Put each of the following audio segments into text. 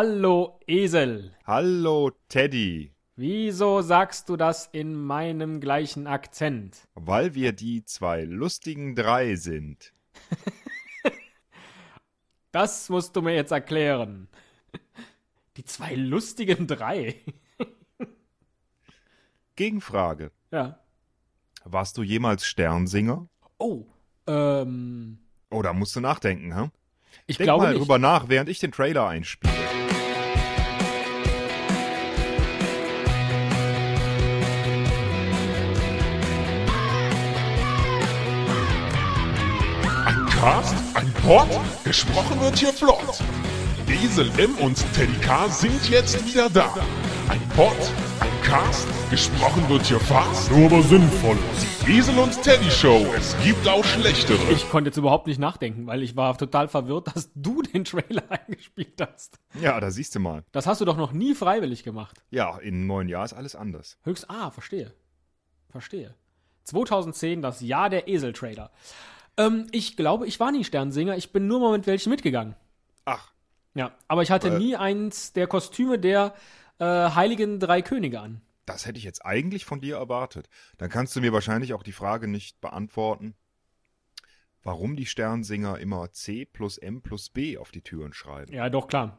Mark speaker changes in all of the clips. Speaker 1: Hallo Esel.
Speaker 2: Hallo Teddy,
Speaker 1: Wieso sagst du das in meinem gleichen Akzent?
Speaker 2: weil wir die zwei lustigen drei sind.
Speaker 1: Das musst du mir jetzt erklären. Die zwei lustigen drei.
Speaker 2: Gegenfrage.
Speaker 1: Ja.
Speaker 2: Warst du jemals Sternsinger?
Speaker 1: Oh, ähm,
Speaker 2: Oh, da musst du nachdenken, hä?
Speaker 1: ich
Speaker 2: Denk
Speaker 1: glaube
Speaker 2: mal
Speaker 1: nicht.
Speaker 2: drüber nach, während ich den Trailer einspiele.
Speaker 3: Ein Cast, ein Pod, gesprochen wird hier flott. Esel M und Teddy K sind jetzt wieder da. Ein Pod, ein Cast, gesprochen wird hier fast, nur aber sinnvoll. Die Esel und Teddy Show, es gibt auch schlechtere.
Speaker 1: Ich konnte jetzt überhaupt nicht nachdenken, weil ich war total verwirrt, dass du den Trailer eingespielt hast.
Speaker 2: Ja, da siehst du mal.
Speaker 1: Das hast du doch noch nie freiwillig gemacht.
Speaker 2: Ja, im neuen Jahr ist alles anders.
Speaker 1: Höchst, ah, verstehe. Verstehe. 2010, das Jahr der Esel-Trailer. Ähm, ich glaube, ich war nie Sternsinger, ich bin nur mal mit welchen mitgegangen.
Speaker 2: Ach,
Speaker 1: Ja, aber ich hatte
Speaker 2: Äh.
Speaker 1: nie eins der Kostüme der äh, Heiligen Drei Könige an.
Speaker 2: das hätte ich jetzt eigentlich von dir erwartet. Dann kannst du mir wahrscheinlich auch die Frage nicht beantworten, warum die Sternsinger immer C plus M plus B auf die Türen schreiben.
Speaker 1: Ja, doch, klar.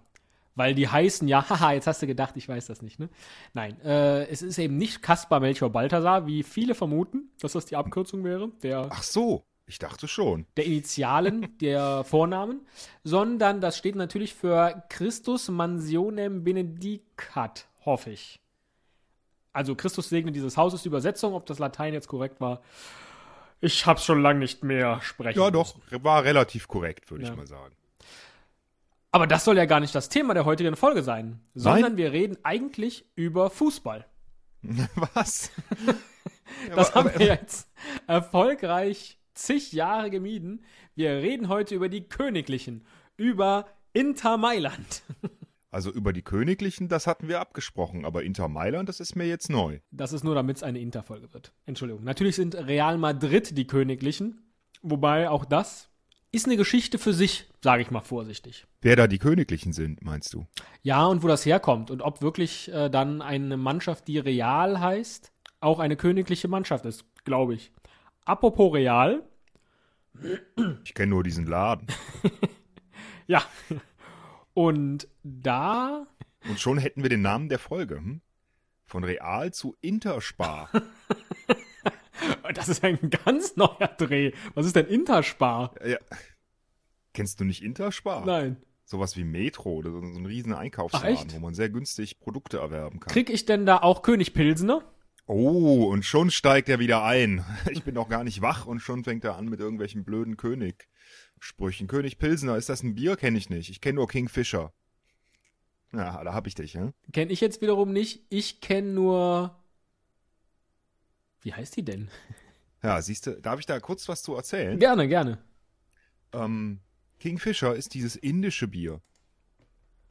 Speaker 1: Weil die heißen ja, haha, jetzt hast du gedacht, ich weiß das nicht, ne? Nein, äh, es ist eben nicht Kaspar Melchior Balthasar, wie viele vermuten, dass das die Abkürzung wäre, der,
Speaker 2: Ach so, ich dachte schon.
Speaker 1: der Initialen, der Vornamen, sondern das steht natürlich für Christus Mansionem Benedicat, hoffe ich. Also Christus segne dieses Haus ist die Übersetzung, ob das Latein jetzt korrekt war. Ich hab's schon lange nicht mehr sprechen.
Speaker 2: Ja, doch, war relativ korrekt, würde
Speaker 1: Ja.
Speaker 2: ich mal sagen.
Speaker 1: Aber das soll ja gar nicht das Thema der heutigen Folge sein, sondern wir reden eigentlich über Fußball.
Speaker 2: Was?
Speaker 1: Das
Speaker 2: aber-
Speaker 1: haben wir jetzt erfolgreich zig Jahre gemieden. Wir reden heute über die Königlichen, über Inter Mailand.
Speaker 2: Also über die Königlichen, das hatten wir abgesprochen, aber Inter Mailand, das ist mir jetzt neu.
Speaker 1: Das ist nur, damit es eine Inter-Folge wird. Entschuldigung. Natürlich sind Real Madrid die Königlichen, wobei auch das ist eine Geschichte für sich, sage ich mal vorsichtig.
Speaker 2: Wer da die Königlichen sind, meinst du?
Speaker 1: Ja, und wo das herkommt und ob wirklich äh, dann eine Mannschaft, die Real heißt, auch eine königliche Mannschaft ist, glaube ich. Apropos Real,
Speaker 2: Ich kenne nur diesen Laden.
Speaker 1: ja. Und da,
Speaker 2: Und schon hätten wir den Namen der Folge. Hm? Von Real zu Interspar.
Speaker 1: das ist ein ganz neuer Dreh. Was ist denn Interspar?
Speaker 2: Äh, ja. Kennst du nicht Interspar?
Speaker 1: Nein.
Speaker 2: Sowas wie Metro oder so so ein riesen
Speaker 1: Ach,
Speaker 2: Einkaufsladen,
Speaker 1: echt?
Speaker 2: wo man sehr günstig Produkte erwerben kann.
Speaker 1: Krieg ich denn da auch König Pilsener?
Speaker 2: Oh, und schon steigt er wieder ein. Ich bin noch gar nicht wach und schon fängt er an mit irgendwelchen blöden König-Sprüchen. König Pilsener, ist das ein Bier? Kenne ich nicht. Ich kenne nur King Fisher. Ja, da hab ich dich, ne? hä?
Speaker 1: Kenne ich jetzt wiederum nicht. Ich kenne nur. Wie heißt die denn?
Speaker 2: Ja, siehst du, darf ich da kurz was zu erzählen?
Speaker 1: Gerne, gerne.
Speaker 2: Ähm, King Fisher ist dieses indische Bier,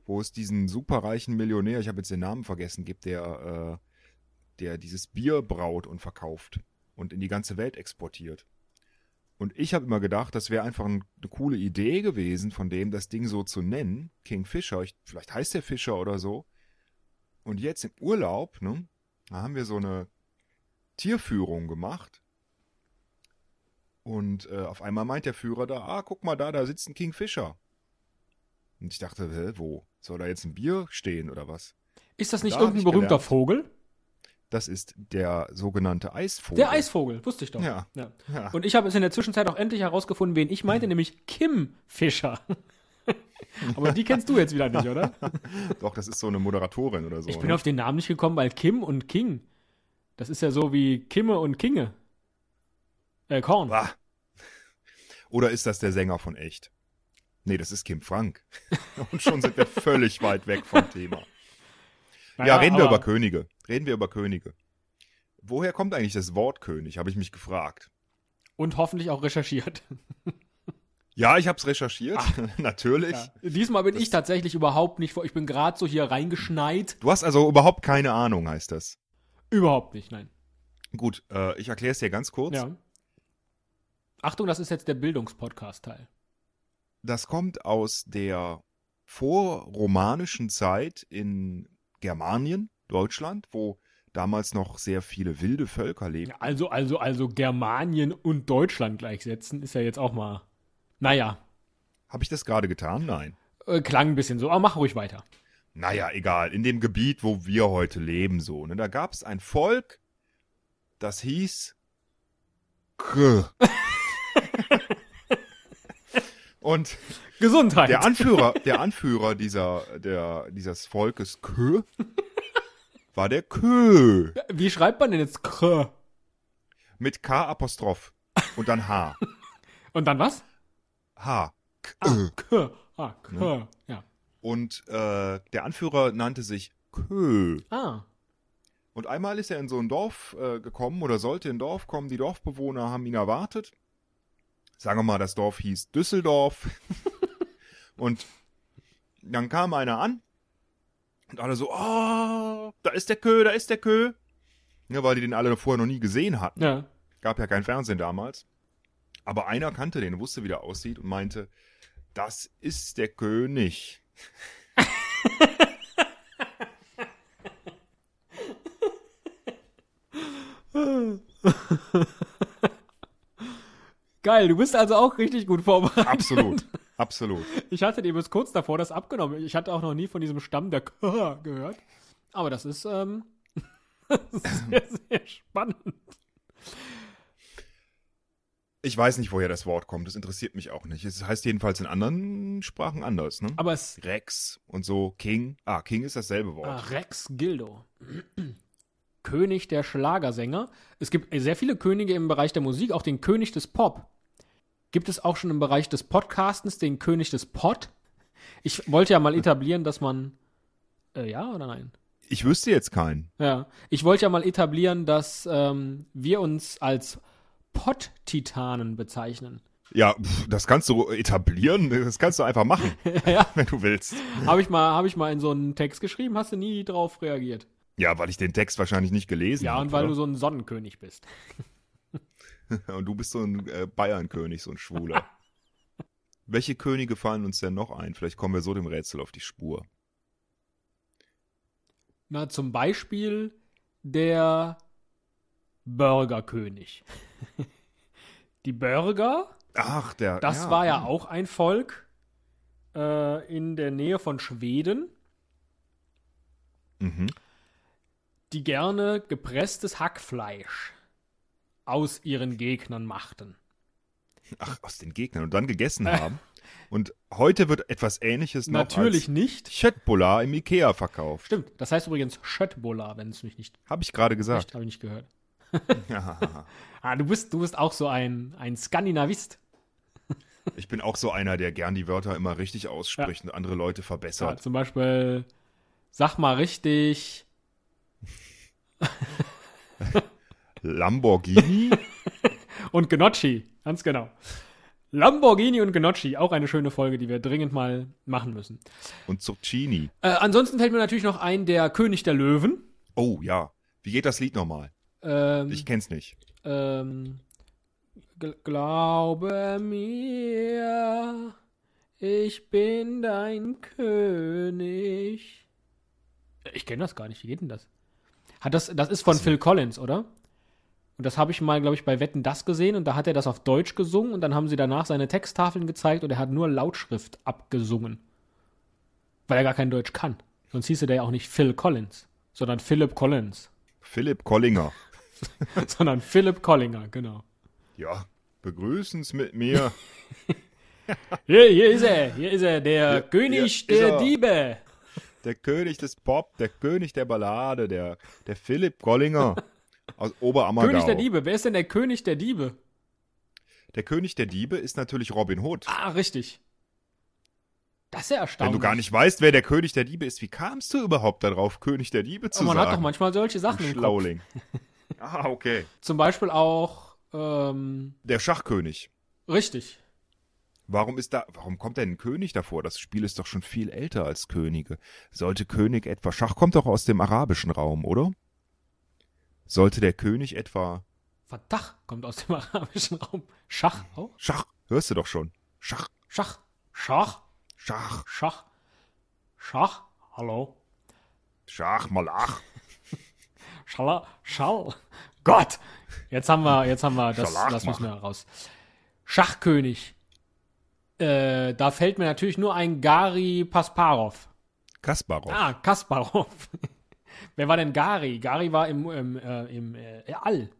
Speaker 2: wo es diesen superreichen Millionär, ich habe jetzt den Namen vergessen, gibt, der, äh, der dieses Bier braut und verkauft und in die ganze Welt exportiert. Und ich habe immer gedacht, das wäre einfach ein, eine coole Idee gewesen, von dem das Ding so zu nennen, King Fisher, ich, vielleicht heißt der Fischer oder so. Und jetzt im Urlaub, ne, da haben wir so eine Tierführung gemacht und äh, auf einmal meint der Führer da, ah, guck mal da, da sitzt ein Kingfisher. Und ich dachte, hä, wo? Soll da jetzt ein Bier stehen oder was?
Speaker 1: Ist das nicht
Speaker 2: Da hab
Speaker 1: irgendein
Speaker 2: ich
Speaker 1: berühmter
Speaker 2: gelernt.
Speaker 1: Vogel?
Speaker 2: Das ist der sogenannte Eisvogel.
Speaker 1: Der Eisvogel, wusste ich doch.
Speaker 2: Ja.
Speaker 1: ja.
Speaker 2: Ja.
Speaker 1: Und ich habe es in der Zwischenzeit auch endlich herausgefunden, wen ich meinte, nämlich Kim Fischer. Aber die kennst du jetzt wieder nicht, oder?
Speaker 2: Doch, das ist so eine Moderatorin oder so.
Speaker 1: Ich bin
Speaker 2: ne?
Speaker 1: auf den Namen nicht gekommen, weil Kim und King. Das ist ja so wie Kimme und Kinge. Äh, Korn.
Speaker 2: Bah. Oder ist das der Sänger von echt? Nee, das ist Kim Frank. Und schon sind wir völlig weit weg vom Thema.
Speaker 1: Naja,
Speaker 2: Ja, reden wir
Speaker 1: aber
Speaker 2: über Könige. Reden wir über Könige. Woher kommt eigentlich das Wort König, habe ich mich gefragt.
Speaker 1: Und hoffentlich auch recherchiert.
Speaker 2: Ja, ich habe es recherchiert, natürlich.
Speaker 1: Ah. Ja. Diesmal bin ich tatsächlich überhaupt nicht vor. Ich bin gerade so hier reingeschneit.
Speaker 2: Du hast also überhaupt keine Ahnung, heißt das.
Speaker 1: Überhaupt nicht, nein.
Speaker 2: Gut, äh, ich erkläre es dir ganz kurz.
Speaker 1: Ja. Achtung, das ist jetzt der Bildungspodcast-Teil.
Speaker 2: Das kommt aus der vorromanischen Zeit in Germanien, Deutschland, wo damals noch sehr viele wilde Völker lebten.
Speaker 1: Also, also, also Germanien und Deutschland gleichsetzen ist ja jetzt auch mal. Naja,
Speaker 2: Habe ich das gerade getan? Nein.
Speaker 1: äh, klang ein bisschen so, aber mach ruhig weiter.
Speaker 2: Naja, egal. In dem Gebiet, wo wir heute leben, so. Ne, da gab es ein Volk, das hieß Kr. Und
Speaker 1: Gesundheit.
Speaker 2: der Anführer, der Anführer dieser, der, dieses Volkes Kö war der Kö
Speaker 1: Wie schreibt man denn jetzt Kr?
Speaker 2: mit K Apostroph und dann H.
Speaker 1: Und dann was?
Speaker 2: H. K.
Speaker 1: Kr. Ah, Kr. Ja.
Speaker 2: Und äh, der Anführer nannte sich Kö.
Speaker 1: Ah.
Speaker 2: Und einmal ist er in so ein Dorf äh, gekommen oder sollte in ein Dorf kommen. Die Dorfbewohner haben ihn erwartet. Sagen wir mal, das Dorf hieß Düsseldorf. und dann kam einer an und alle so, oh, da ist der Kö, da ist der Kö. Ja, weil die den alle vorher noch nie gesehen hatten.
Speaker 1: Ja.
Speaker 2: Gab ja kein Fernsehen damals. Aber einer kannte den, wusste, wie der aussieht und meinte, das ist der König.
Speaker 1: Geil, du bist also auch richtig gut vorbereitet.
Speaker 2: Absolut, absolut.
Speaker 1: Ich hatte dir bis kurz davor das abgenommen. Ich hatte auch noch nie von diesem Stamm der Kr gehört. Aber das ist, ähm, sehr, sehr spannend.
Speaker 2: Ich weiß nicht, woher das Wort kommt. Das interessiert mich auch nicht. Es heißt jedenfalls in anderen Sprachen anders, ne?
Speaker 1: Aber es.
Speaker 2: Rex und so, King. Ah, King ist dasselbe Wort.
Speaker 1: Ah, Rex Gildo. König der Schlagersänger. Es gibt äh, sehr viele Könige im Bereich der Musik, auch den König des Pop. Gibt es auch schon im Bereich des Podcastens den König des Pod? Ich wollte ja mal etablieren, dass man. Äh, ja oder nein?
Speaker 2: Ich wüsste jetzt keinen.
Speaker 1: Ja, ich wollte ja mal etablieren, dass ähm, wir uns als Pott-Titanen bezeichnen.
Speaker 2: Ja, pf, das kannst du etablieren. Das kannst du einfach machen,
Speaker 1: ja,
Speaker 2: wenn du willst.
Speaker 1: habe ich, mal- hab ich mal in so einen Text geschrieben, hast du nie drauf reagiert.
Speaker 2: Ja, weil ich den Text wahrscheinlich nicht gelesen
Speaker 1: Ja,
Speaker 2: habe.
Speaker 1: und weil du
Speaker 2: oder?
Speaker 1: so ein Sonnenkönig bist.
Speaker 2: und du bist so ein äh, Bayernkönig, so ein Schwuler. Welche Könige fallen uns denn noch ein? Vielleicht kommen wir so dem Rätsel auf die Spur.
Speaker 1: Na, zum Beispiel der Burgerkönig. Die Burger,
Speaker 2: Ach, der.
Speaker 1: das war ja auch ein Volk äh, in der Nähe von Schweden.
Speaker 2: Mhm.
Speaker 1: die gerne gepresstes Hackfleisch aus ihren Gegnern machten.
Speaker 2: Ach, aus den Gegnern und dann gegessen haben. Und heute wird etwas Ähnliches noch
Speaker 1: Natürlich
Speaker 2: als
Speaker 1: nicht.
Speaker 2: Chetbola im Ikea verkauft.
Speaker 1: Stimmt, das heißt übrigens Schöttbola, wenn es mich nicht
Speaker 2: Habe ich gerade gesagt.
Speaker 1: recht habe ich nicht gehört.
Speaker 2: ich
Speaker 1: Ah, du bist, du bist auch so ein, ein Skandinavist.
Speaker 2: bin auch so einer, der gern die Wörter immer richtig ausspricht und andere Leute
Speaker 1: Ja,
Speaker 2: verbessert.
Speaker 1: zum Beispiel, sag mal richtig,
Speaker 2: Lamborghini?
Speaker 1: und Gnocchi, ganz genau. Lamborghini und Gnocchi, auch eine schöne Folge, die wir dringend mal machen müssen.
Speaker 2: und Zucchini.
Speaker 1: Äh, ansonsten fällt mir natürlich noch ein, der König der Löwen.
Speaker 2: Oh ja. Wie geht das Lied nochmal?
Speaker 1: Ähm,
Speaker 2: Ich kenn's nicht.
Speaker 1: Ähm, gl- glaube mir, ich bin dein König. Ich kenne das gar nicht. Wie geht denn das? Hat das, das ist von Phil Collins, oder? Und das habe ich mal, glaube ich, bei Wetten das gesehen und da hat er das auf Deutsch gesungen und dann haben sie danach seine Texttafeln gezeigt und er hat nur Lautschrift abgesungen. Weil er gar kein Deutsch kann. Sonst hieße der ja auch nicht Phil Collins, sondern Philip Collins.
Speaker 2: Philipp Kollinger.
Speaker 1: sondern Philip Collinger, genau.
Speaker 2: Ja. Begrüßen's mit mir.
Speaker 1: Hier, hier ist er, hier ist er, der
Speaker 2: Hier-
Speaker 1: König
Speaker 2: hier ist
Speaker 1: der
Speaker 2: er.
Speaker 1: Diebe.
Speaker 2: Der König des Pop, der König der Ballade, der, der Philipp Kollinger aus Oberammergau.
Speaker 1: König der Diebe, wer ist denn der König der Diebe?
Speaker 2: Der König der Diebe ist natürlich Robin Hood.
Speaker 1: Ah, richtig. Das ist ja
Speaker 2: Wenn
Speaker 1: erstaunlich.
Speaker 2: du gar nicht weißt, wer der König der Diebe ist, wie kamst du überhaupt darauf, König der Diebe zu
Speaker 1: Aber man
Speaker 2: sagen?
Speaker 1: hat doch manchmal solche
Speaker 2: Du
Speaker 1: Sachen im Kopf.
Speaker 2: Schlauling. ah, okay.
Speaker 1: Zum Beispiel auch, ähm,
Speaker 2: Der Schachkönig.
Speaker 1: richtig.
Speaker 2: Warum ist da, warum kommt denn ein König davor? Das Spiel ist doch schon viel älter als Könige. Sollte König etwa, Schach kommt doch aus dem arabischen Raum, oder? Sollte der König etwa,
Speaker 1: Fatah kommt aus dem arabischen Raum. Schach oh, auch?
Speaker 2: Schach, hörst du doch schon. Schach,
Speaker 1: Schach. Schach?
Speaker 2: Schach.
Speaker 1: Schach. Schach, hallo,
Speaker 2: Schach mal ach.
Speaker 1: Schalla, Schall, Gott, jetzt haben wir, jetzt haben wir, das,
Speaker 2: Schalach
Speaker 1: das müssen wir raus. Schachkönig, äh, da fällt mir natürlich nur ein Gari Pasparov.
Speaker 2: Kasparov.
Speaker 1: Ah, Kasparov. Wer war denn Gari? Gari war im, im, äh, im äh, All.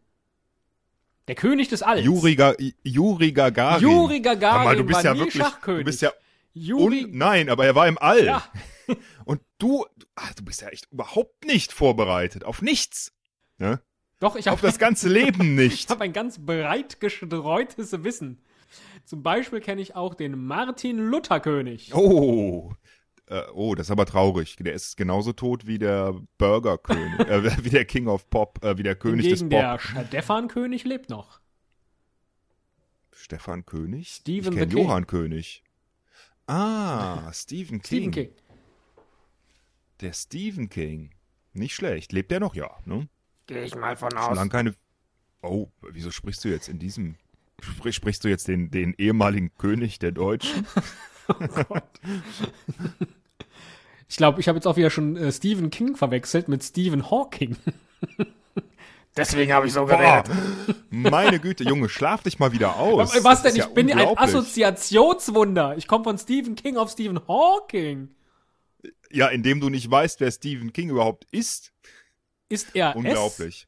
Speaker 1: Der König des Alls.
Speaker 2: Juri, Ga Juri Gagarin.
Speaker 1: Juri Gagarin
Speaker 2: Hör mal, du bist
Speaker 1: war
Speaker 2: ja
Speaker 1: nie
Speaker 2: wirklich,
Speaker 1: Schachkönig.
Speaker 2: Du bist ja
Speaker 1: Juri,
Speaker 2: un Nein, aber er war im All.
Speaker 1: Ja.
Speaker 2: Und du, du- ach, du bist ja echt überhaupt nicht vorbereitet. Auf nichts. Ne?
Speaker 1: doch, ich
Speaker 2: Auf
Speaker 1: habe
Speaker 2: das ganze Leben nicht.
Speaker 1: hab ein ganz breit gestreutes Wissen. Zum Beispiel kenne ich auch den Martin Lutherkönig.
Speaker 2: Oh. Äh, oh, das ist aber traurig. Der ist genauso tot wie der Burgerkönig, äh, wie der King of Pop, äh, wie der König
Speaker 1: Hingegen
Speaker 2: des Pop.
Speaker 1: der Stefan-König lebt noch.
Speaker 2: Stefan König?
Speaker 1: Stephen the
Speaker 2: ich kenne
Speaker 1: King.
Speaker 2: Johann König. Ah, Stephen
Speaker 1: Stephen
Speaker 2: King.
Speaker 1: King.
Speaker 2: Der Stephen King. Nicht schlecht. Lebt der noch? Ja, ne?
Speaker 1: Gehe ich mal von
Speaker 2: Schon lange keine. Oh, wieso sprichst du jetzt in diesem. Sprich, sprichst du jetzt den, den ehemaligen König der Deutschen?
Speaker 1: Ich glaube, ich habe jetzt auch wieder schon äh, Stephen King verwechselt mit Stephen Hawking. Deswegen habe ich so
Speaker 2: Boah, meine Güte, Junge, schlaf dich mal wieder aus.
Speaker 1: Was
Speaker 2: Das
Speaker 1: denn?
Speaker 2: ist
Speaker 1: Ich
Speaker 2: ja
Speaker 1: bin ein
Speaker 2: unglaublich.
Speaker 1: Assoziationswunder. Ich komme von Stephen King auf Stephen Hawking.
Speaker 2: Ja, indem du nicht weißt, wer Stephen King überhaupt ist.
Speaker 1: Ist er Es
Speaker 2: Unglaublich.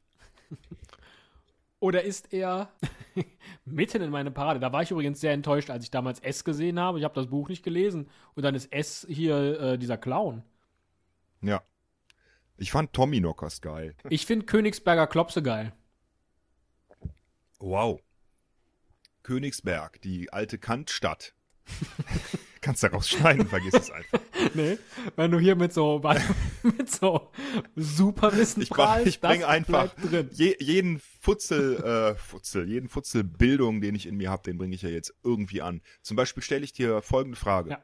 Speaker 1: oder ist er mitten in meine Parade? Da war ich übrigens sehr enttäuscht, als ich damals S gesehen habe. Ich habe das Buch nicht gelesen. Und dann ist S hier äh, dieser Clown.
Speaker 2: Ja. Ich fand Tommy Knockers geil.
Speaker 1: Ich finde Königsberger Klopse geil.
Speaker 2: Wow. Königsberg, die alte Kantstadt. Kannst da rausschneiden, vergiss es einfach.
Speaker 1: Nee, wenn du hier mit so, mit so Superwissen
Speaker 2: Ich, mach, ich
Speaker 1: prahlst, das
Speaker 2: bringe einfach
Speaker 1: bleibt drin.
Speaker 2: je, jeden Futzel, äh, Futzel, jeden Futzel Bildung, den ich in mir habe, den bringe ich ja jetzt irgendwie an. Zum Beispiel stelle ich dir folgende Frage.
Speaker 1: Ja.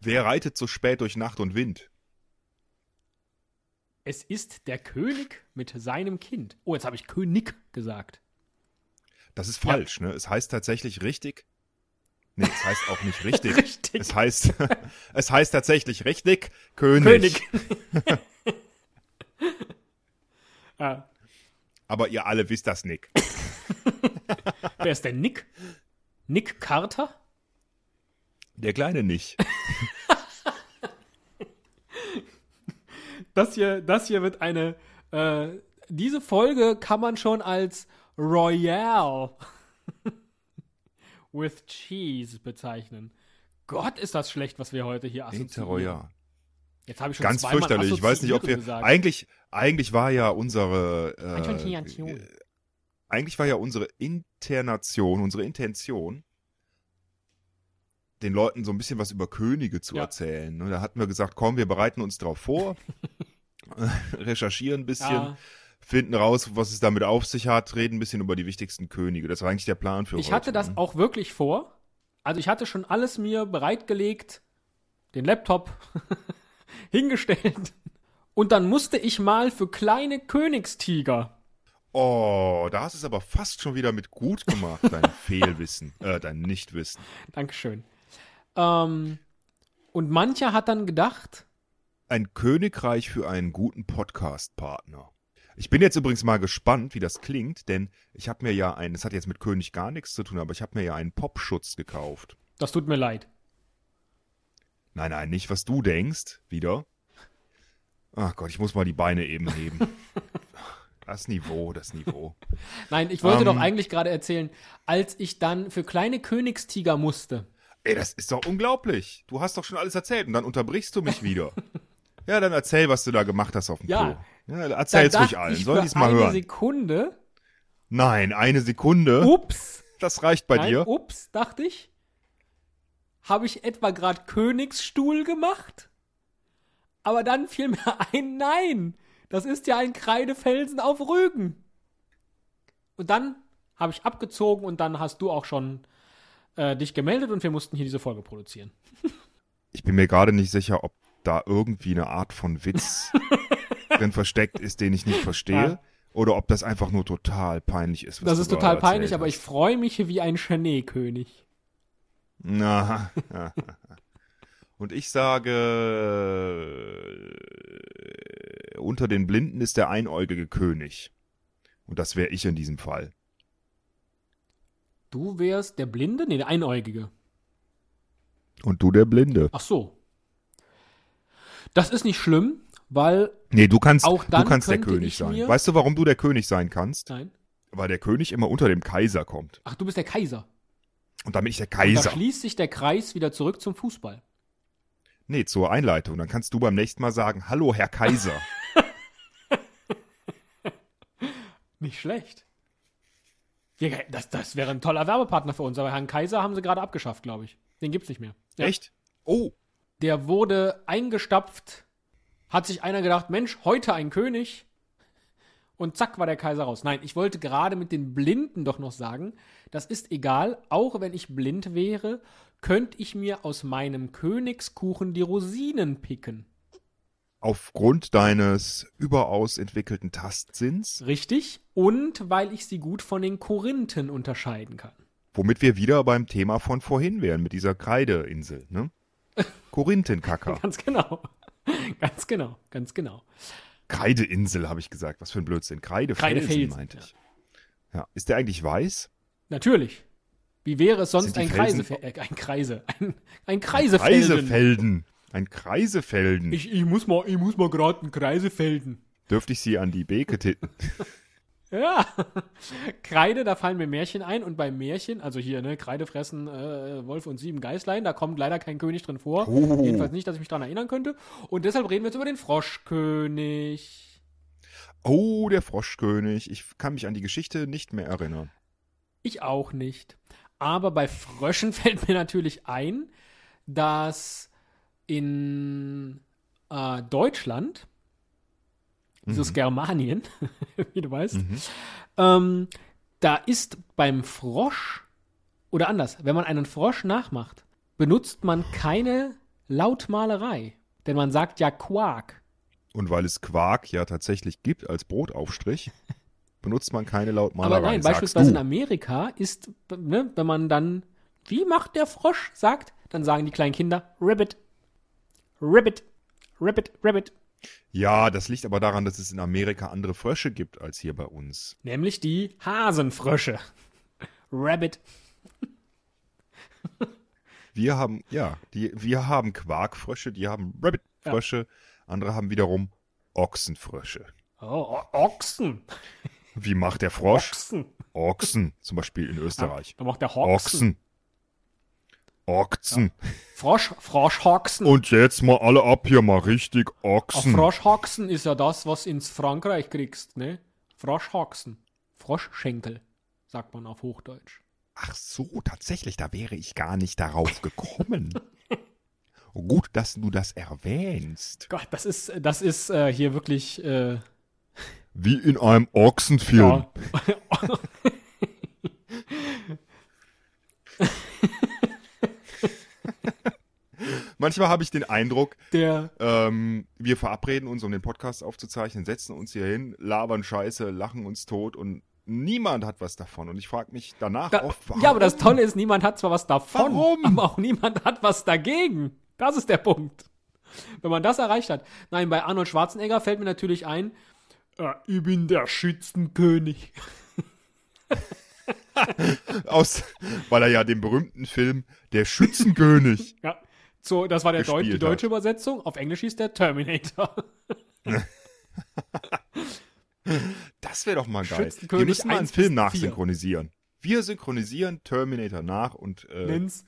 Speaker 2: Wer reitet so spät durch Nacht und Wind?
Speaker 1: Es ist der König mit seinem Kind. Oh, jetzt habe ich König gesagt.
Speaker 2: Das ist falsch, ne? Es heißt tatsächlich richtig. Nee, es heißt auch nicht richtig.
Speaker 1: Richtig.
Speaker 2: Es heißt, es heißt tatsächlich richtig König.
Speaker 1: König. ah,
Speaker 2: Aber ihr alle wisst das nicht.
Speaker 1: wer ist denn Nick? Nick Carter?
Speaker 2: Der Kleine nicht.
Speaker 1: Das hier, das hier wird eine. Äh, diese Folge kann man schon als Royale with Cheese bezeichnen. Gott, ist das schlecht, was wir heute hier assoziieren.
Speaker 2: Interroyal.
Speaker 1: Jetzt habe ich schon
Speaker 2: Ganz
Speaker 1: zweimal
Speaker 2: fürchterlich. Ich weiß nicht, ob wir.
Speaker 1: assoziieren gesagt.
Speaker 2: Eigentlich, eigentlich war ja unsere. Äh,
Speaker 1: Intervention.
Speaker 2: äh, eigentlich war ja unsere Internation, unsere Intention, den Leuten so ein bisschen was über Könige zu
Speaker 1: Ja.
Speaker 2: erzählen. Und da hatten wir gesagt, komm, wir bereiten uns drauf vor, äh, recherchieren ein bisschen,
Speaker 1: Ja.
Speaker 2: finden raus, was es damit auf sich hat, reden ein bisschen über die wichtigsten Könige. Das war eigentlich der Plan für
Speaker 1: Ich
Speaker 2: heute.
Speaker 1: hatte das
Speaker 2: ne?
Speaker 1: auch wirklich vor. Also ich hatte schon alles mir bereitgelegt, den Laptop hingestellt. Und dann musste ich mal für kleine Königstiger.
Speaker 2: Oh, da hast du es aber fast schon wieder mit gut gemacht, dein Fehlwissen, äh, dein Nichtwissen.
Speaker 1: Dankeschön. Ähm, und mancher hat dann gedacht,
Speaker 2: ein Königreich für einen guten Podcast-Partner. Ich bin jetzt übrigens mal gespannt, wie das klingt, denn ich habe mir ja einen, das hat jetzt mit König gar nichts zu tun, aber ich habe mir ja einen Popschutz gekauft.
Speaker 1: das tut mir leid.
Speaker 2: Nein, nein, nicht was du denkst, wieder. Ach Gott, ich muss mal die Beine eben heben. Das Niveau, das Niveau.
Speaker 1: Nein, ich wollte
Speaker 2: Ähm.
Speaker 1: doch eigentlich gerade erzählen, als ich dann für kleine Königstiger musste.
Speaker 2: Ey, das ist doch unglaublich. Du hast doch schon alles erzählt und dann unterbrichst du mich wieder. Ja, dann erzähl, was du da gemacht hast auf dem
Speaker 1: Ja.
Speaker 2: Klo. Ja, erzähl's
Speaker 1: Erzähl's
Speaker 2: ruhig allen. Sollen die es mal
Speaker 1: eine
Speaker 2: hören?
Speaker 1: Sekunde.
Speaker 2: nein, eine Sekunde.
Speaker 1: Ups.
Speaker 2: Das reicht bei
Speaker 1: Oh. Nein,
Speaker 2: dir.
Speaker 1: Ups, dachte ich. Habe ich etwa gerade Königsstuhl gemacht? Aber dann fiel mir ein, nein, das ist ja ein Kreidefelsen auf Rügen. Und dann habe ich abgezogen und dann hast du auch schon äh, dich gemeldet und wir mussten hier diese Folge produzieren.
Speaker 2: Ich bin mir gerade nicht sicher, ob da irgendwie eine Art von Witz drin versteckt ist, den ich nicht verstehe.
Speaker 1: Ja.
Speaker 2: Oder ob das einfach nur total peinlich ist. Was
Speaker 1: das
Speaker 2: du
Speaker 1: ist total
Speaker 2: gerade erzählt
Speaker 1: peinlich, aber ich
Speaker 2: hast.
Speaker 1: freue mich wie ein Chenet-König.
Speaker 2: Na. Und Und ich sage, äh, unter den Blinden ist der einäugige König. Und das wäre ich in diesem Fall.
Speaker 1: Du wärst der Blinde? Nee, der Einäugige.
Speaker 2: Und du der Blinde.
Speaker 1: Ach so. Das ist nicht schlimm, weil.
Speaker 2: Nee, du kannst,
Speaker 1: Auch
Speaker 2: du
Speaker 1: dann
Speaker 2: kannst der
Speaker 1: könnte
Speaker 2: König
Speaker 1: ich
Speaker 2: sein.
Speaker 1: mir-
Speaker 2: Weißt du, warum du der König sein kannst?
Speaker 1: Nein.
Speaker 2: Weil der König immer unter dem Kaiser kommt.
Speaker 1: Ach, du bist der Kaiser.
Speaker 2: Und damit ich der
Speaker 1: Da
Speaker 2: Kaiser.
Speaker 1: schließt sich der Kreis wieder zurück zum Fußball.
Speaker 2: Nee, zur Einleitung. Dann kannst du beim nächsten Mal sagen, hallo Herr Kaiser.
Speaker 1: Nicht schlecht. Ja, das, das wäre ein toller Werbepartner für uns, aber Herrn Kaiser haben sie gerade abgeschafft, glaube ich. Den gibt's nicht mehr. Ja.
Speaker 2: Echt? Oh,
Speaker 1: Der wurde eingestapft, hat sich einer gedacht, Mensch, heute ein König. Und zack war der Kaiser raus. Nein, ich wollte gerade mit den Blinden doch noch sagen, das ist egal, auch wenn ich blind wäre, könnte ich mir aus meinem Königskuchen die Rosinen picken.
Speaker 2: aufgrund deines überaus entwickelten Tastsinns,
Speaker 1: Richtig? Und weil ich sie gut von den Korinthen unterscheiden kann.
Speaker 2: womit wir wieder beim Thema von vorhin wären, mit dieser Kreideinsel, ne? Korinthenkacker.
Speaker 1: Ganz genau. Ganz genau, ganz genau.
Speaker 2: Kreideinsel, habe ich gesagt. Was für ein Blödsinn. Kreidefelsen,
Speaker 1: Kreidefelsen,
Speaker 2: meinte
Speaker 1: ja.
Speaker 2: ich. Ja. Ist der eigentlich weiß?
Speaker 1: Natürlich. Wie wäre es sonst
Speaker 2: Sind die
Speaker 1: ein Kreise,
Speaker 2: Felsen-
Speaker 1: äh, ein Kreise, ein, ein Kreisefelden?
Speaker 2: Kreisefelden. Ein Kreisefelden.
Speaker 1: Ich, ich muss mal, ich muss mal gerade einen Kreisefelden.
Speaker 2: Dürfte ich sie an die Beke tippen?
Speaker 1: Ja. Kreide, da fallen mir Märchen ein und bei Märchen, also hier, ne, Kreide fressen äh, Wolf und sieben Geißlein, da kommt leider kein König drin vor.
Speaker 2: Oh.
Speaker 1: Jedenfalls nicht, dass ich mich daran erinnern könnte. Und deshalb reden wir jetzt über den Froschkönig.
Speaker 2: Oh, der Froschkönig. Ich kann mich an die Geschichte nicht mehr erinnern.
Speaker 1: Ich auch nicht. Aber bei Fröschen fällt mir natürlich ein, dass in äh, Deutschland, dieses
Speaker 2: Mhm.
Speaker 1: Germanien, wie du weißt, ähm, da ist beim Frosch, oder anders, wenn man einen Frosch nachmacht, benutzt man keine Lautmalerei. Denn man sagt ja Quark.
Speaker 2: Und weil es Quark ja tatsächlich gibt als Brotaufstrich, benutzt man keine Lautmalerei.
Speaker 1: Aber nein,
Speaker 2: sagst
Speaker 1: beispielsweise in
Speaker 2: du.
Speaker 1: Amerika ist, ne, wenn man dann, wie macht der Frosch, sagt, dann sagen die kleinen Kinder, Rabbit, Rabbit, Rabbit, Rabbit.
Speaker 2: Ja, das liegt aber daran, dass es in Amerika andere Frösche gibt als hier bei uns.
Speaker 1: Nämlich die Hasenfrösche. Rabbit.
Speaker 2: Wir haben, ja, die, wir haben Quarkfrösche, die haben Rabbitfrösche, andere haben wiederum Ochsenfrösche.
Speaker 1: Oh, O- Ochsen.
Speaker 2: Wie macht der Frosch?
Speaker 1: Ochsen.
Speaker 2: Ochsen, zum Beispiel in Österreich.
Speaker 1: Da macht der Hoxen.
Speaker 2: Ochsen. Ochsen.
Speaker 1: Frosch, Froschhoxen.
Speaker 2: Und jetzt mal alle ab hier, mal richtig
Speaker 1: Ein
Speaker 2: Ochsen.
Speaker 1: Froschhoxen ist ja das, was ins Frankreich kriegst, ne? Froschhoxen. Froschschenkel, sagt man auf Hochdeutsch.
Speaker 2: Ach so, tatsächlich, da wäre ich gar nicht darauf gekommen. Gut, dass du das erwähnst.
Speaker 1: Gott, das ist, das ist äh, hier wirklich äh,
Speaker 2: Wie in einem Ochsenfilm.
Speaker 1: Ja.
Speaker 2: Manchmal habe ich den Eindruck,
Speaker 1: Der,
Speaker 2: ähm, wir verabreden uns, um den Podcast aufzuzeichnen, setzen uns hier hin, labern Scheiße, lachen uns tot und niemand hat was davon. Und ich frage mich danach
Speaker 1: da,
Speaker 2: oft, warum?
Speaker 1: ja, aber das Tolle ist, niemand hat zwar was davon,
Speaker 2: Warum?
Speaker 1: aber auch niemand hat was dagegen. Das ist der Punkt. Wenn man das erreicht hat. Nein, bei Arnold Schwarzenegger fällt mir natürlich ein, äh, ich bin der Schützenkönig.
Speaker 2: aus, weil er ja den berühmten Film Der Schützenkönig.
Speaker 1: Ja. So, das war der Deut die
Speaker 2: Gespielt
Speaker 1: deutsche Übersetzung. Auf Englisch hieß der Terminator.
Speaker 2: Das wäre doch mal geil.
Speaker 1: Schützenkönig
Speaker 2: Wir müssen mal einen
Speaker 1: 1 bis
Speaker 2: Film
Speaker 1: 4.
Speaker 2: nachsynchronisieren. Wir synchronisieren Terminator nach und äh,
Speaker 1: Nenn's.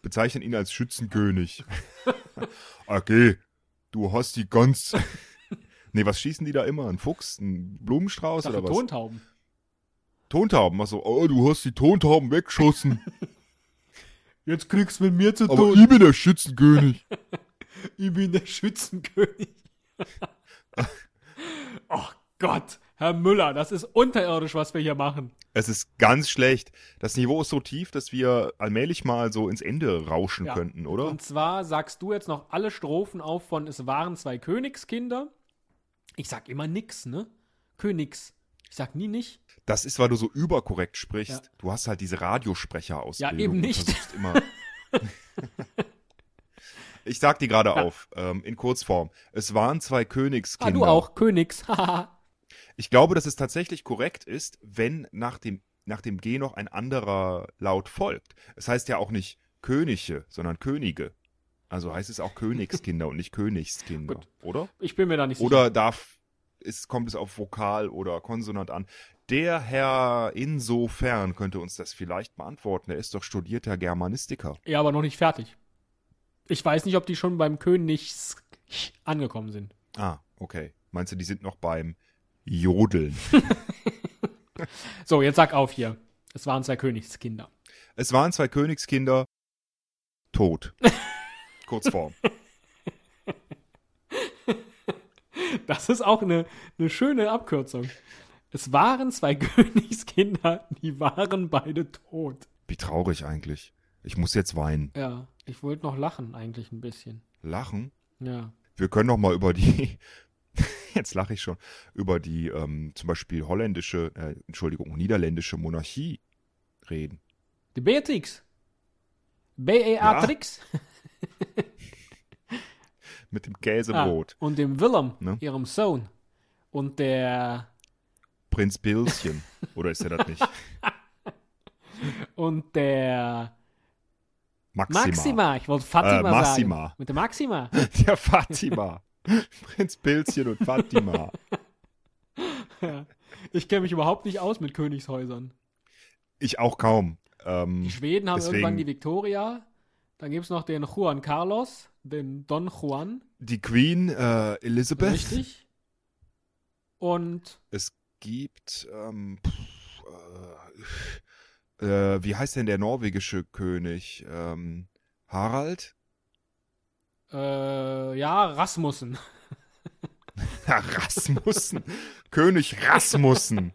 Speaker 2: bezeichnen ihn als Schützenkönig. okay, du hast die ganz. nee, was schießen die da immer? Ein Fuchs? Ein Blumenstrauß
Speaker 1: Dafür
Speaker 2: oder was?
Speaker 1: Tontauben.
Speaker 2: Tontauben. Was so, oh, du hast die Tontauben weggeschossen.
Speaker 1: Jetzt kriegst du mit mir zu
Speaker 2: aber ich bin der Schützenkönig.
Speaker 1: Ich bin der Schützenkönig. oh Gott, Herr Müller, das ist unterirdisch, was wir hier machen.
Speaker 2: es ist ganz schlecht. Das Niveau ist so tief, dass wir allmählich mal so ins Ende rauschen
Speaker 1: Ja.
Speaker 2: könnten, oder?
Speaker 1: Und zwar sagst du jetzt noch alle Strophen auf von Es waren zwei Königskinder. Ich sag immer nix, ne? Königs. Ich sag nie nicht.
Speaker 2: Das ist, weil du so überkorrekt sprichst.
Speaker 1: Ja.
Speaker 2: Du hast halt diese Radiosprecherausbildung.
Speaker 1: Ja, eben
Speaker 2: und
Speaker 1: nicht.
Speaker 2: versuchst Immer Ich sag die gerade auf, ähm, in Kurzform. Es waren zwei Königskinder.
Speaker 1: Ah, du auch, Königs. Haha.
Speaker 2: Ich glaube, dass es tatsächlich korrekt ist, wenn nach dem, nach dem G noch ein anderer Laut folgt. Es heißt ja auch nicht Könige, sondern Könige. Also heißt es auch Königskinder und nicht Königskinder,
Speaker 1: Gut.
Speaker 2: oder?
Speaker 1: ich bin mir da nicht sicher.
Speaker 2: Oder darf, es kommt es auf Vokal oder Konsonant an? Der Herr insofern könnte uns das vielleicht beantworten. Er ist doch studierter Germanistiker.
Speaker 1: Ja, aber noch nicht fertig. Ich weiß nicht, ob die schon beim Königs angekommen sind.
Speaker 2: Ah, okay. Meinst du, die sind noch beim Jodeln?
Speaker 1: So, jetzt sag auf hier. Es waren zwei Königskinder.
Speaker 2: Es waren zwei Königskinder tot. Kurzform.
Speaker 1: Das ist auch eine, eine schöne Abkürzung. Es waren zwei Königskinder, die waren beide tot.
Speaker 2: Wie traurig eigentlich. Ich muss jetzt weinen.
Speaker 1: Ja, ich wollte noch lachen eigentlich ein bisschen.
Speaker 2: Lachen?
Speaker 1: Ja.
Speaker 2: Wir können noch mal über die, jetzt lache ich schon, über die ähm, zum Beispiel holländische, äh, Entschuldigung, niederländische Monarchie reden.
Speaker 1: Die Beatrix. E Beatrix.
Speaker 2: Mit dem Käsebrot.
Speaker 1: und dem Willem,
Speaker 2: Ne?
Speaker 1: ihrem Sohn. Und der Ah.
Speaker 2: Prinz Pilzchen. Oder ist er das nicht?
Speaker 1: und der
Speaker 2: Maxima.
Speaker 1: Maxima. Ich wollte Fatima
Speaker 2: Äh, Massima.
Speaker 1: sagen. Mit der Maxima.
Speaker 2: Der Fatima. Prinz Pilzchen und Fatima.
Speaker 1: Ja. Ich kenne mich überhaupt nicht aus mit Königshäusern.
Speaker 2: Ich auch kaum. Ähm,
Speaker 1: Die Schweden haben
Speaker 2: Mm. deswegen-
Speaker 1: irgendwann die Victoria. Dann gibt es noch den Juan Carlos, den Don Juan.
Speaker 2: die Queen äh, Elizabeth.
Speaker 1: Richtig. Und
Speaker 2: Es gibt, ähm, pff, äh, äh, wie heißt denn der norwegische König? Ähm, Harald?
Speaker 1: äh, ja, Rasmussen.
Speaker 2: Ja, Rasmussen. König Rasmussen.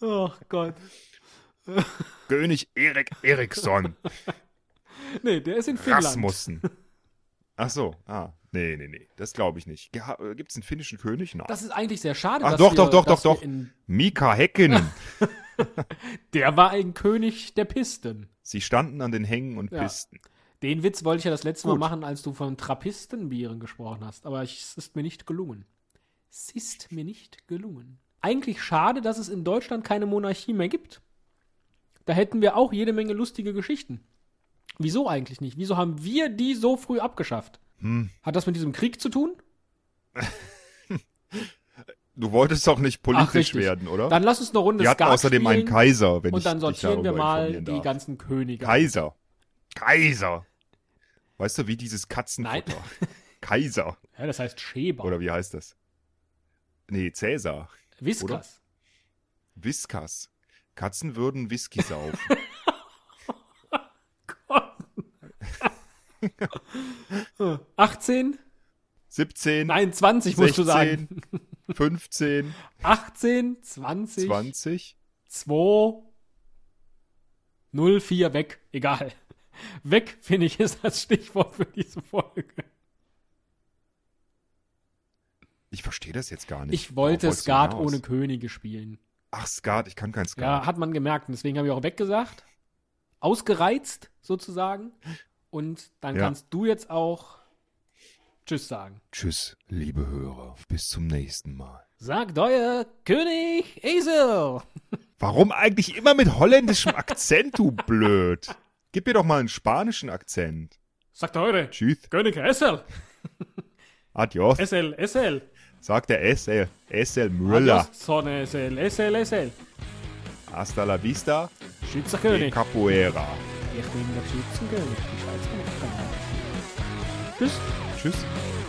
Speaker 1: Oh Gott.
Speaker 2: König Erik Eriksson.
Speaker 1: Nee, der ist in Finnland.
Speaker 2: Rasmussen. Ach so, ah, nee, nee, nee, das glaube ich nicht. Geha- äh, Gibt's einen finnischen König? Nein.
Speaker 1: Das ist eigentlich sehr schade.
Speaker 2: Ach,
Speaker 1: dass
Speaker 2: doch,
Speaker 1: wir,
Speaker 2: doch, doch,
Speaker 1: dass
Speaker 2: doch,
Speaker 1: wir
Speaker 2: doch.
Speaker 1: In,
Speaker 2: Mika Häkkinen.
Speaker 1: der war ein König der Pisten.
Speaker 2: Sie standen an den Hängen und
Speaker 1: Ja.
Speaker 2: Pisten.
Speaker 1: Den Witz wollte ich ja das letzte
Speaker 2: Gut.
Speaker 1: Mal machen, als du von Trappistenbieren gesprochen hast, aber ich- es ist mir nicht gelungen. Es ist mir nicht gelungen. Eigentlich schade, dass es in Deutschland keine Monarchie mehr gibt. Da hätten wir auch jede Menge lustige Geschichten. Wieso eigentlich nicht? Wieso haben wir die so früh abgeschafft?
Speaker 2: Hm.
Speaker 1: Hat das mit diesem Krieg zu tun?
Speaker 2: Du wolltest doch nicht
Speaker 1: Ach,
Speaker 2: politisch
Speaker 1: richtig.
Speaker 2: werden, oder?
Speaker 1: Dann lass uns eine Runde
Speaker 2: Wir hatten außerdem einen
Speaker 1: spielen
Speaker 2: Kaiser, wenn ich
Speaker 1: und dann
Speaker 2: dich
Speaker 1: sortieren wir
Speaker 2: darüber
Speaker 1: mal
Speaker 2: informieren
Speaker 1: die
Speaker 2: darf.
Speaker 1: ganzen Könige.
Speaker 2: Kaiser. Kaiser. Weißt du, wie dieses Katzenfutter? Kaiser.
Speaker 1: ja, das heißt Schäber.
Speaker 2: Oder wie heißt das? Nee, Cäsar.
Speaker 1: Whiskas.
Speaker 2: Whiskas. Katzen würden Whisky saufen.
Speaker 1: Gott. 18?
Speaker 2: 17,
Speaker 1: Nein, 20 musst du sagen.
Speaker 2: 16, 15,
Speaker 1: 18, 20,
Speaker 2: 20.
Speaker 1: 2, 0, 4, weg. Egal. Weg, finde ich, ist das Stichwort für diese Folge.
Speaker 2: Ich verstehe das jetzt gar nicht.
Speaker 1: Ich wollte
Speaker 2: Worauf wolltest du
Speaker 1: Skat
Speaker 2: hinaus?
Speaker 1: ohne Könige spielen.
Speaker 2: Ach, Skat, ich kann kein Skat.
Speaker 1: Ja, hat man gemerkt. Und deswegen habe ich auch weggesagt. Ausgereizt, sozusagen. Und dann
Speaker 2: Ja.
Speaker 1: kannst du jetzt auch Tschüss sagen.
Speaker 2: Tschüss, liebe Hörer. Bis zum nächsten Mal.
Speaker 1: Sagt euer König Esel.
Speaker 2: Warum eigentlich immer mit holländischem Akzent, du blöd? Gib mir doch mal einen spanischen Akzent.
Speaker 1: Sagt eure
Speaker 2: Tschüss.
Speaker 1: König Esel.
Speaker 2: Adios.
Speaker 1: Esel, Esel.
Speaker 2: Sagt der Essel. Essel Müller.
Speaker 1: Adios, Sonne Esel, Esel, Esel.
Speaker 2: Hasta la vista.
Speaker 1: Schützenkönig.
Speaker 2: Capoeira.
Speaker 1: Ich bin der Schützenkönig. Die Schweiz kann ich keinen. Tschüss.
Speaker 2: Tschüss.